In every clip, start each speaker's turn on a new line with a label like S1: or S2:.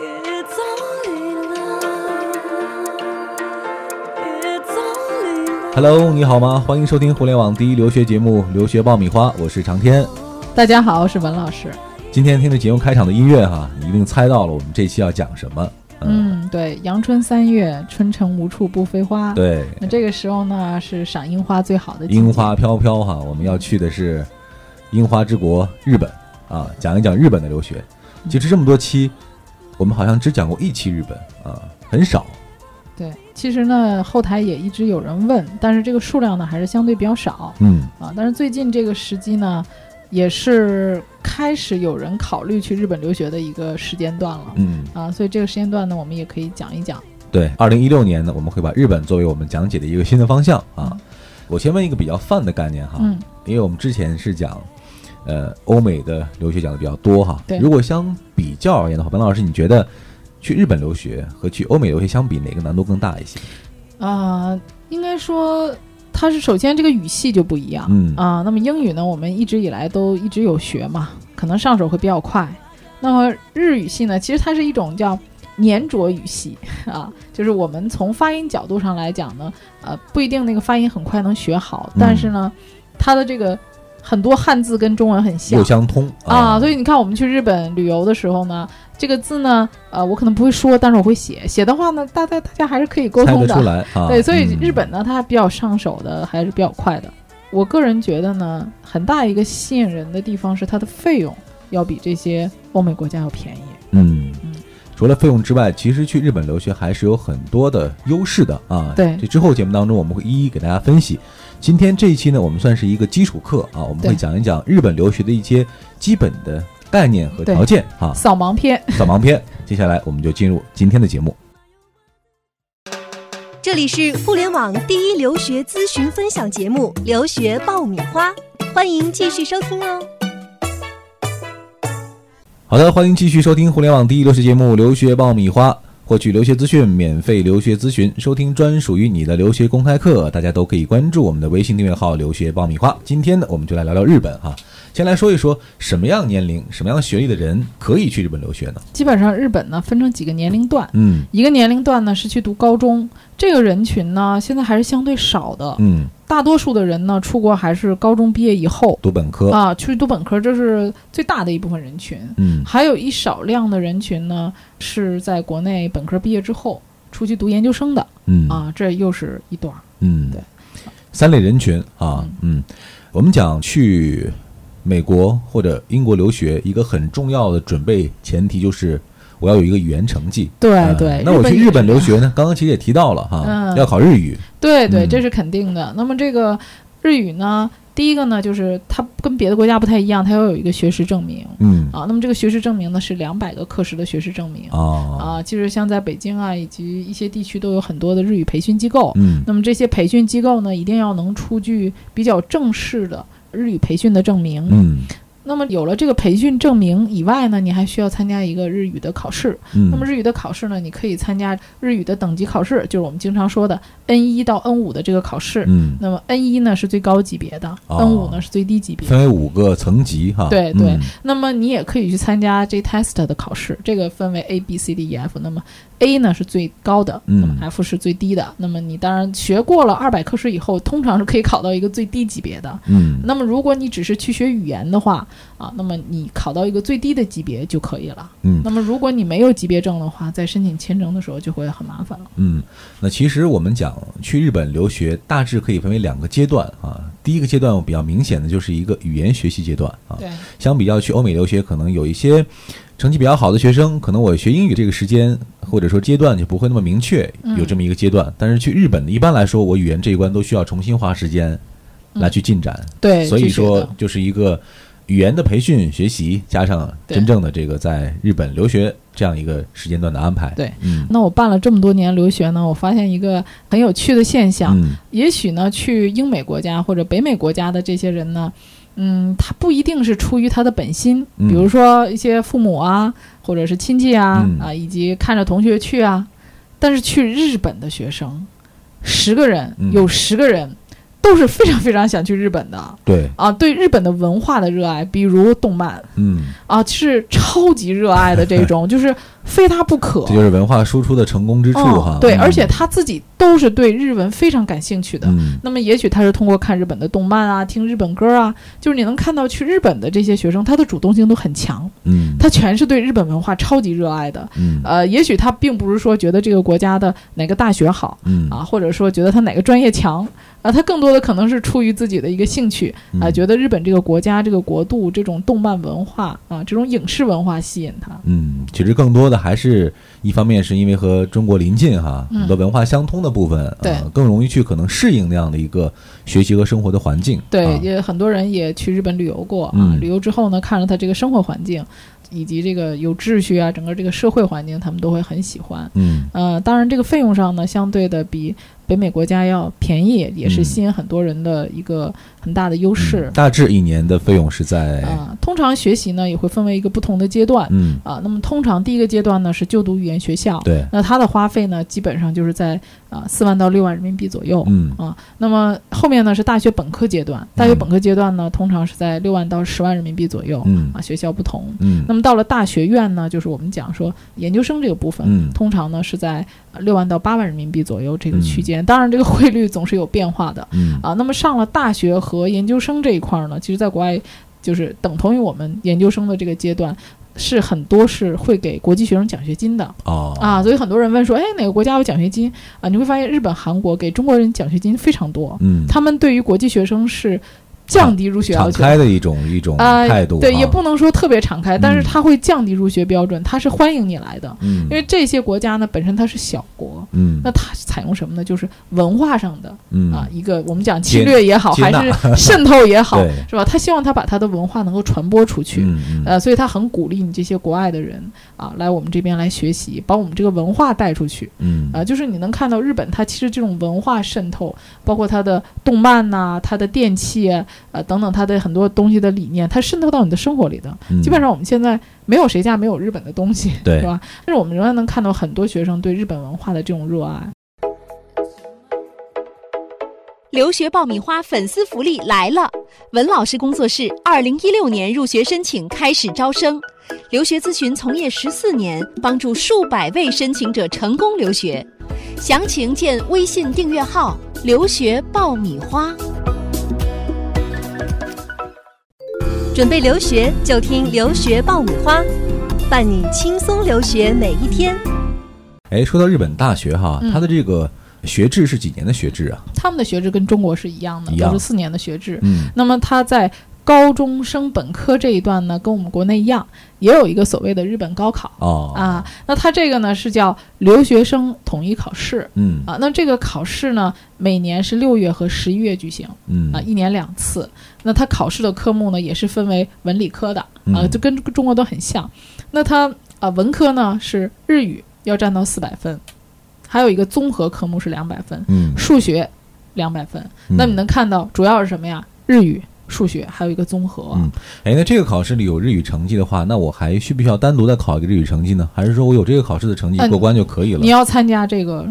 S1: It's only love. It's only love.
S2: Hello，你好吗？欢迎收听互联网第一留学节目《留学爆米花》，我是长天。
S3: 大家好，我是文老师。
S2: 今天听着节目开场的音乐哈，你一定猜到了我们这期要讲什么。
S3: 嗯，对，阳春三月，春城无处不飞花。，
S2: 对，
S3: 那这个时候呢，是赏樱花最好的季节
S2: 樱。花飘飘哈，我们要去的是樱花之国日本啊，讲一讲日本的留学。其实这么多期，我们好像只讲过一期日本啊，很少。
S3: 对，其实呢，后台也一直有人问，但是这个数量呢，还是相对比较少
S2: 嗯，
S3: 啊。但是最近这个时机呢，也是开始有人考虑去日本留学的一个时间段了。
S2: 嗯，
S3: 啊，所以这个时间段呢，我们也可以讲一讲。
S2: 对，二零一六年呢，我们会把日本作为我们讲解的一个新的方向啊
S3: 嗯。
S2: 我先问一个比较泛的概念哈，
S3: 嗯，
S2: 因为我们之前是讲，呃，欧美的留学讲的比较多哈。
S3: 对
S2: 如果相比较而言的话，文老师，你觉得去日本留学和去欧美留学相比，哪个难度更大一些？
S3: 啊、应该说它是首先这个语系就不一样。
S2: 嗯
S3: 啊，那么英语呢，我们一直以来都一直有学嘛，可能上手会比较快。那么日语系呢，其实它是一种叫粘着语系 啊，就是我们从发音角度上来讲呢，呃，不一定那个发音很快能学好，
S2: 嗯
S3: 但是呢，它的这个很多汉字跟中文很像
S2: 又相通
S3: 啊，所
S2: 以
S3: 以你看我们去日本旅游的时候呢，这个字呢，呃，我可能不会说，但是我会写，写的话呢，大家大家还是可以沟
S2: 猜
S3: 通
S2: 得
S3: 的，
S2: 出来啊。
S3: 对，所以
S2: 嗯
S3: 日本呢，它比较上手的还是比较快的。我个人觉得呢，很大一个吸引人的地方是它的费用要比这些欧美国家要便宜。
S2: 嗯
S3: 嗯，
S2: 除了费用之外，其实去日本留学还是有很多的优势的啊。
S3: 对
S2: 这之后节目当中我们会一一给大家分析。今天这一期呢，我们算是一个基础课啊，我们会
S3: 对
S2: 讲一讲日本留学的一些基本的概念和
S3: 对
S2: 条件啊。
S3: 扫盲篇，
S2: 扫盲篇。接下来我们就进入今天的节目。
S4: 这里是互联网第一留学咨询分享节目《留学爆米花》，欢迎继续收听哦。
S2: 好的，欢迎继续收听互联网第一留学节目《留学爆米花》，获取留学资讯、免费留学咨询、收听专属于你的留学公开课，大家都可以关注我们的微信订阅号“留学爆米花”。今天呢，我们就来聊聊日本哈、先来说一说什么样年龄、什么样学历的人可以去日本留学呢？
S3: 基本上日本呢分成几个年龄段，
S2: 嗯
S3: 一个年龄段呢是去读高中，这个人群呢现在还是相对少的，
S2: 嗯，
S3: 大多数的人呢出国还是高中毕业以后
S2: 读本科，
S3: 啊去读本科，这是最大的一部分人群。
S2: 嗯
S3: 还有一少量的人群呢，是在国内本科毕业之后出去读研究生的
S2: 嗯
S3: 啊，这又是一段儿。
S2: 嗯，
S3: 对，
S2: 三类人群啊，嗯，我们讲去美国或者英国留学，一个很重要的准备前提就是我要有一个语言成绩。
S3: 对
S2: 嗯
S3: 哎对，
S2: 那我去日本留
S3: 也是
S2: 学呢，刚刚其实也提到了哈，
S3: 嗯
S2: 要考日语，
S3: 对对，
S2: 嗯
S3: 这是肯定的。那么这个日语呢，第一个呢，就是它跟别的国家不太一样，它要有一个学士证明
S2: 嗯
S3: 啊。那么这个学士证明呢，是两百个课时的学士证明
S2: 啊，
S3: 啊。其实像在北京啊，以及一些地区都有很多的日语培训机构。
S2: 嗯
S3: 那么这些培训机构呢，一定要能出具比较正式的日语培训的证明。
S2: 嗯
S3: 那么有了这个培训证明以外呢，你还需要参加一个日语的考试。
S2: 嗯，
S3: 那么日语的考试呢，你可以参加日语的等级考试，就是我们经常说的 N 一到 N 五的这个考试。
S2: 嗯
S3: 那么 N 一呢是最高级别的、
S2: 哦
S3: n 五呢是最低级别。
S2: 分为五个层级哈，
S3: 对对
S2: 嗯
S3: 那么你也可以去参加 J Test 的考试，这个分为 A、B、C、D、E、F。那么 A 呢是最高的，
S2: 嗯
S3: 那么 F 是最低的。那么你当然学过了二百课时以后，通常是可以考到一个最低级别的。
S2: 嗯
S3: 那么，如果你只是去学语言的话啊，那么你考到一个最低的级别就可以了。
S2: 嗯
S3: 那么，如果你没有级别证的话，在申请签证的时候就会很麻烦了。
S2: 嗯，那其实我们讲去日本留学，大致可以分为两个阶段啊。第一个阶段比较明显的就是一个语言学习阶段啊，
S3: 对，
S2: 相比较去欧美留学，可能有一些成绩比较好的学生，可能我学英语这个时间或者说阶段就不会那么明确，
S3: 嗯
S2: 有这么一个阶段。但是去日本，一般来说，我语言这一关都需要重新花时间来去进展。
S3: 对，
S2: 所以
S3: 这是
S2: 说
S3: 的，
S2: 就是一个语言的培训学习，加上
S3: 对
S2: 真正的这个在日本留学这样一个时间段的安排。
S3: 对，
S2: 嗯
S3: 那我办了这么多年留学呢，我发现一个很有趣的现象，
S2: 嗯
S3: 也许呢，去英美国家或者北美国家的这些人呢。嗯，他不一定是出于他的本心，
S2: 嗯
S3: 比如说一些父母啊，或者是亲戚啊，
S2: 嗯
S3: 啊，以及看着同学去啊。但是去日本的学生，十个人、
S2: 嗯
S3: 有十个人都是非常非常想去日本的
S2: 对，
S3: 啊，对日本的文化的热爱，比如动漫
S2: 嗯
S3: 啊，是超级热爱的这种，就是非他不可。
S2: 这就是文化输出的成功之处哈。
S3: 嗯、对，
S2: 嗯
S3: 而且他自己都是对日文非常感兴趣的。
S2: 嗯
S3: 那么，也许他是通过看日本的动漫啊，听日本歌啊，就是你能看到去日本的这些学生，他的主动性都很强，
S2: 嗯
S3: 他全是对日本文化超级热爱的。
S2: 嗯
S3: 呃，也许他并不是说觉得这个国家的哪个大学好
S2: 嗯
S3: 啊，或者说觉得他哪个专业强啊，他更多的可能是出于自己的一个兴趣
S2: 嗯
S3: 啊，觉得日本这个国家、这个国度、这种动漫文化啊，这种影视文化吸引他。
S2: 嗯，其实更多的还是一方面是因为和中国临近哈，
S3: 嗯
S2: 很多文化相通的部分，
S3: 对
S2: 啊更容易去可能适应那样的一个学习和生活的环境。
S3: 对，
S2: 啊
S3: 也很多人也去日本旅游过啊。
S2: 嗯
S3: 旅游之后呢，看了他这个生活环境，以及这个有秩序啊，整个这个社会环境，他们都会很喜欢。
S2: 嗯
S3: 呃，当然这个费用上呢，相对的比北美国家要便宜，也是
S2: 嗯
S3: 吸引很多人的一个很大的优势
S2: 嗯。大致一年的费用是在
S3: 啊、通常学习呢也会分为一个不同的阶段
S2: 嗯
S3: 啊、那么通常第一个阶段呢是就读语言学校，
S2: 对
S3: 那它的花费呢基本上就是在啊四、万到六万人民币左右。
S2: 嗯
S3: 啊，那么后面呢是大学本科阶段，大学本科阶段呢，通常是在六万到十万人民币左右，
S2: 嗯
S3: 啊，学校不同。
S2: 嗯
S3: 那么到了大学院呢，就是我们讲说研究生这个部分，
S2: 嗯
S3: 通常呢是在六万到八万人民币左右这个区间。当然，这个汇率总是有变化的
S2: 嗯
S3: 啊。那么上了大学和研究生这一块儿呢，其实在国外就是等同于我们研究生的这个阶段，是很多是会给国际学生奖学金的。
S2: 哦
S3: 啊，所以很多人问说，哎，哪个国家有奖学金啊？你会发现日本、韩国给中国人奖学金非常多，
S2: 嗯，
S3: 他们对于国际学生是降低入学要
S2: 敞
S3: 求。
S2: 开的一种一种
S3: 啊、
S2: 态度，
S3: 对，
S2: 啊
S3: 也不能说特别敞开，但是
S2: 嗯
S3: 他会降低入学标准，他是欢迎你来的，
S2: 嗯
S3: 因为这些国家呢本身它是小国，
S2: 嗯
S3: 那啊它采用什么呢？就是文化上的
S2: 嗯
S3: 啊，一个我们讲
S2: 接
S3: 侵略也好，
S2: 接
S3: 还
S2: 纳
S3: 是渗透也好
S2: 对，
S3: 是吧？他希望他把他的文化能够传播出去，
S2: 嗯嗯
S3: 呃，所以他很鼓励你这些国外的人啊，来我们这边来学习，把我们这个文化带出去
S2: 嗯
S3: 啊。就是你能看到日本，它其实这种文化渗透，包括它的动漫呐、它的电器啊、呃等等，它的很多东西的理念，它渗透到你的生活里的。
S2: 嗯
S3: 基本上我们现在没有谁家没有日本的东西，
S2: 对
S3: 是吧？但是我们仍然能看到很多学生对日本文化的这种热爱。
S4: 留学爆米花粉丝福利来了！文老师工作室二零一六年入学申请开始招生，留学咨询从业十四年，帮助数百位申请者成功留学。详情见微信订阅号“留学爆米花”。准备留学就听留学爆米花，伴你轻松留学每一天。
S2: 哎，说到日本大学哈，
S3: 嗯
S2: 它的这个学制是几年的学制啊？
S3: 他们的学制跟中国是一样的，
S2: 一样
S3: 都是四年的学制。
S2: 嗯
S3: 那么他在高中升本科这一段呢，跟我们国内一样，也有一个所谓的日本高考。
S2: 哦
S3: 啊，那它这个呢是叫留学生统一考试
S2: 嗯
S3: 啊。那这个考试呢，每年是六月和十一月举行
S2: 嗯
S3: 啊，一年两次。那它考试的科目呢，也是分为文理科的啊，
S2: 嗯
S3: 就跟中国都很像。那它啊，文科呢是日语要占到四百分，还有一个综合科目是两百分，
S2: 嗯，
S3: 数学两百分。那你能看到主要是什么呀？日语、数学，还有一个综合。
S2: 嗯哎，那这个考试里有日语成绩的话，那我还需不需要单独再考一个日语成绩呢？还是说我有这个考试的成绩
S3: 嗯
S2: 过关就可以了
S3: 你？要参加这个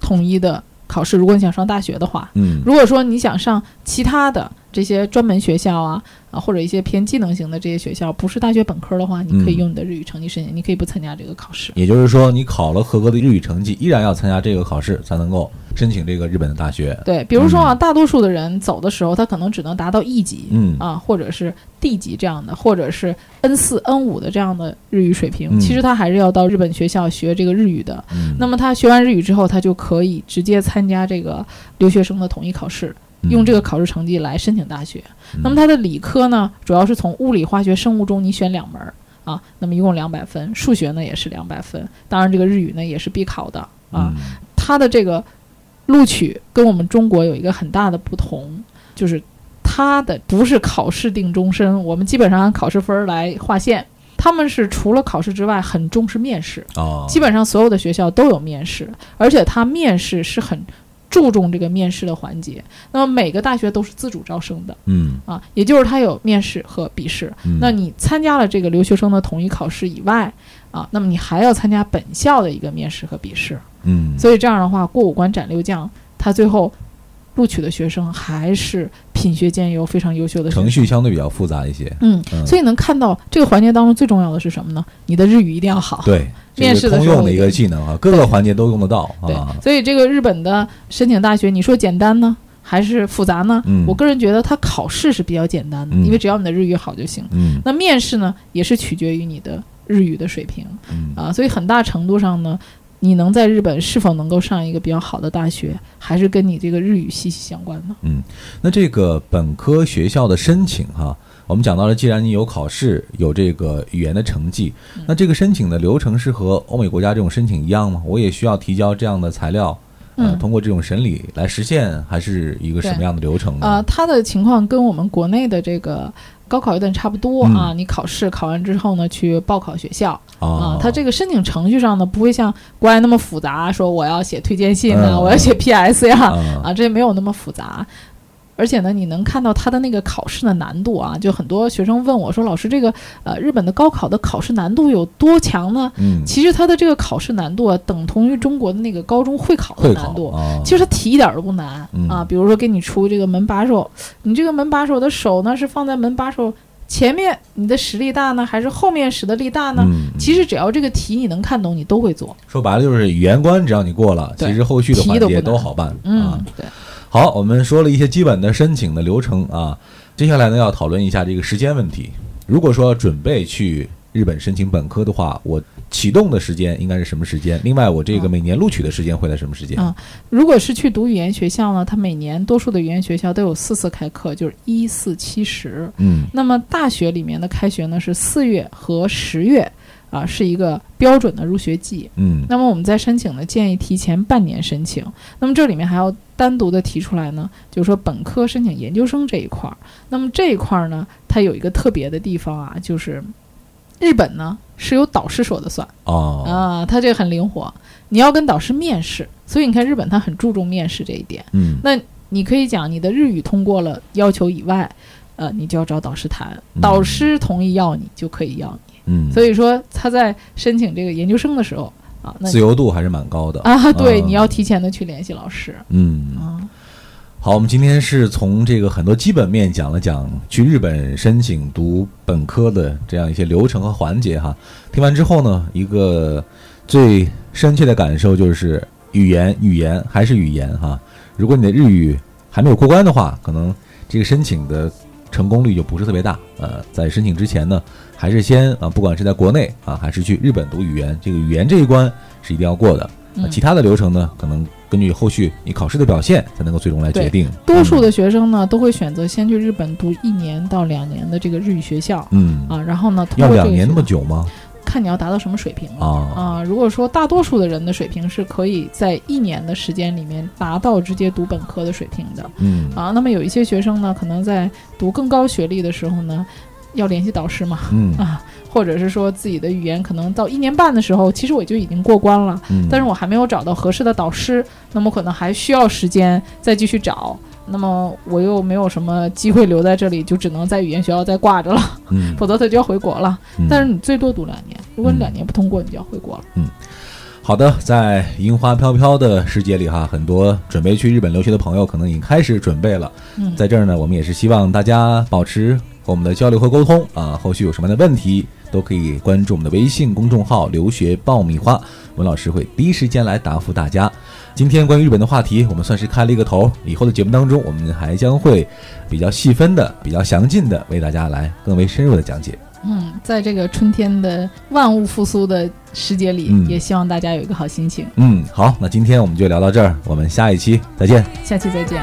S3: 统一的考试，如果你想上大学的话，
S2: 嗯
S3: 如果说你想上其他的这些专门学校啊啊，或者一些偏技能型的这些学校，不是大学本科的话，你可以
S2: 嗯
S3: 用你的日语成绩申请，你可以不参加这个考试。
S2: 也就是说，你考了合格的日语成绩，依然要参加这个考试才能够申请这个日本的大学。
S3: 对，比如说啊，大多数的人走的时候，他可能只能达到 E 级，
S2: 嗯
S3: 啊，或者是 D 级这样的，或者是 N 四、N 五的这样的日语水平。
S2: 嗯
S3: 其实他还是要到日本学校学这个日语的。
S2: 嗯，
S3: 那么他学完日语之后，他就可以直接参加这个留学生的统一考试，用这个考试成绩来申请大学。
S2: 嗯
S3: 那么它的理科呢，主要是从物理、化学、生物中你选两门儿啊，那么一共两百分，数学呢也是两百分，当然这个日语呢也是必考的
S2: 嗯
S3: 啊。它的这个录取跟我们中国有一个很大的不同，就是它的不是考试定终身，我们基本上按考试分儿来划线。他们是除了考试之外，很重视面试，
S2: 哦，
S3: 基本上所有的学校都有面试，而且它面试是很注重这个面试的环节。那么每个大学都是自主招生的。
S2: 嗯
S3: 啊，也就是它有面试和笔试。
S2: 嗯，
S3: 那你参加了这个留学生的统一考试以外，啊，那么你还要参加本校的一个面试和笔试。
S2: 嗯
S3: 所以这样的话，过五关斩六将，他最后录取的学生还是品学兼优、非常优秀的学生
S2: 程序相对比较复杂一些。
S3: 嗯，
S2: 嗯
S3: 所以能看到这个环节当中最重要的是什么呢？你的日语一定要好。
S2: 对，这
S3: 面
S2: 是
S3: 试的
S2: 通
S3: 时候
S2: 用的一
S3: 一
S2: 个
S3: 定
S2: 技能啊，各个环节都用得到
S3: 对
S2: 啊。
S3: 所以这个日本的申请大学，你说简单呢，还是复杂呢？
S2: 嗯
S3: 我个人觉得它考试是比较简单的，
S2: 嗯
S3: 因为只要你的日语好就行。
S2: 嗯
S3: 那面试呢，也是取决于你的日语的水平
S2: 嗯
S3: 啊，所以很大程度上呢。你能在日本是否能够上一个比较好的大学，还是跟你这个日语息息相关的。
S2: 嗯，那这个本科学校的申请哈、我们讲到了，既然你有考试，有这个语言的成绩，
S3: 嗯
S2: 那这个申请的流程是和欧美国家这种申请一样吗？我也需要提交这样的材料，呃，
S3: 嗯
S2: 通过这种审理来实现，还是一个什么样的流程呢？
S3: 呃，它的情况跟我们国内的这个高考有点差不多
S2: 嗯
S3: 啊。你考试考完之后呢，去报考学校啊
S2: 啊，。
S3: 它这个申请程序上呢，不会像国外那么复杂，说我要写推荐信啊，
S2: 嗯
S3: 我要写 PS 呀啊
S2: 啊
S3: 这没有那么复杂。而且呢，你能看到它的那个考试的难度啊，就很多学生问我说：“老师，这个呃，日本的高考的考试难度有多强呢
S2: 嗯？”，
S3: 其实它的这个考试难度啊，等同于中国的那个高中会考的
S2: 会
S3: 难
S2: 考
S3: 度。
S2: 啊，
S3: 其实它题一点儿都不难、
S2: 嗯
S3: 啊，比如说给你出这个门把手，你这个门把手的手呢是放在门把手前面，你的实力大呢，还是后面使的力大呢？
S2: 嗯，
S3: 其实只要这个题你能看懂，你都会做。
S2: 说白了就是语言关，只要你过了，
S3: 对
S2: 其实后续的环
S3: 题都不
S2: 节
S3: 难
S2: 都好办
S3: 嗯，
S2: 啊。
S3: 对，
S2: 好，我们说了一些基本的申请的流程啊，接下来呢要讨论一下这个时间问题。如果说准备去日本申请本科的话，我启动的时间应该是什么时间？另外，我这个
S3: 嗯
S2: 每年录取的时间会在什么时间？
S3: 嗯如果是去读语言学校呢，它每年多数的语言学校都有四次开课，就是一四七十。
S2: 嗯
S3: 那么大学里面的开学呢是四月和十月，啊，是一个标准的入学季。
S2: 嗯
S3: 那么我们在申请呢，建议提前半年申请。那么这里面还要单独的提出来呢，就是说本科申请研究生这一块儿。那么这一块儿呢，它有一个特别的地方啊，就是日本呢是由导师说的算
S2: 哦
S3: 啊，它这个很灵活，你要跟导师面试，所以你看日本它很注重面试这一点。
S2: 嗯
S3: 那你可以讲你的日语通过了要求以外，呃，你就要找导师谈
S2: 嗯，
S3: 导师同意要你就可以要你。
S2: 嗯，
S3: 所
S2: 以
S3: 以说他在申请这个研究生的时候啊，那
S2: 自由度还是蛮高的。
S3: 啊，对，
S2: 嗯
S3: 你要提前的去联系老师
S2: 嗯，
S3: 啊。
S2: 好，我们今天是从这个很多基本面讲了讲去日本申请读本科的这样一些流程和环节哈。听完之后呢，一个最深切的感受就是语言，语言还是语言哈。如果你的日语还没有过关的话，可能这个申请的成功率就不是特别大。呃，在申请之前呢，还是先啊，不管是在国内啊，还是去日本读语言，这个语言这一关是一定要过的。那啊
S3: 嗯
S2: 呃其他的流程呢，可能根据后续你考试的表现，才能够最终来决
S3: 对
S2: 定。
S3: 多数的学生呢，都会选择先去日本读一年到两年的这个日语学校
S2: 嗯，嗯
S3: 啊，然后呢，通
S2: 要
S3: 过这
S2: 两
S3: 个
S2: 年那么
S3: 学
S2: 久吗？
S3: 看你要达到什么水平了。
S2: 啊，
S3: 啊，如果说大多数的人的水平是可以在一年的时间里面达到直接读本科的水平的
S2: 嗯
S3: 啊，那么有一些学生呢，可能在读更高学历的时候呢，要联系导师嘛，
S2: 嗯
S3: 啊，或者是说自己的语言可能到一年半的时候，其实我就已经过关了，
S2: 嗯，
S3: 但是我还没有找到合适的导师，那么可能还需要时间再继续找。那么我又没有什么机会留在这里，就只能在语言学校再挂着了，
S2: 嗯，
S3: 否则他就要回国了。但是
S2: 是
S3: 你最多读两年，如果你两年不通过，你就要回国了。
S2: 好的，在樱花飘飘的时节里哈，很多准备去日本留学的朋友可能已经开始准备了。
S3: 嗯，
S2: 在这儿呢，我们也是希望大家保持和我们的交流和沟通啊，后续有什么样的问题都可以关注我们的微信公众号“留学爆米花”，文老师会第一时间来答复大家。今天关于日本的话题，我们算是开了一个头。以后的节目当中，我们还将会比较细分的、比较详尽的为大家来更为深入的讲解。
S3: 嗯，在这个春天的万物复苏的时节里，
S2: 嗯
S3: 也希望大家有一个好心情。
S2: 嗯，好，那今天我们就聊到这儿，我们下一期再见。
S3: 下期再见。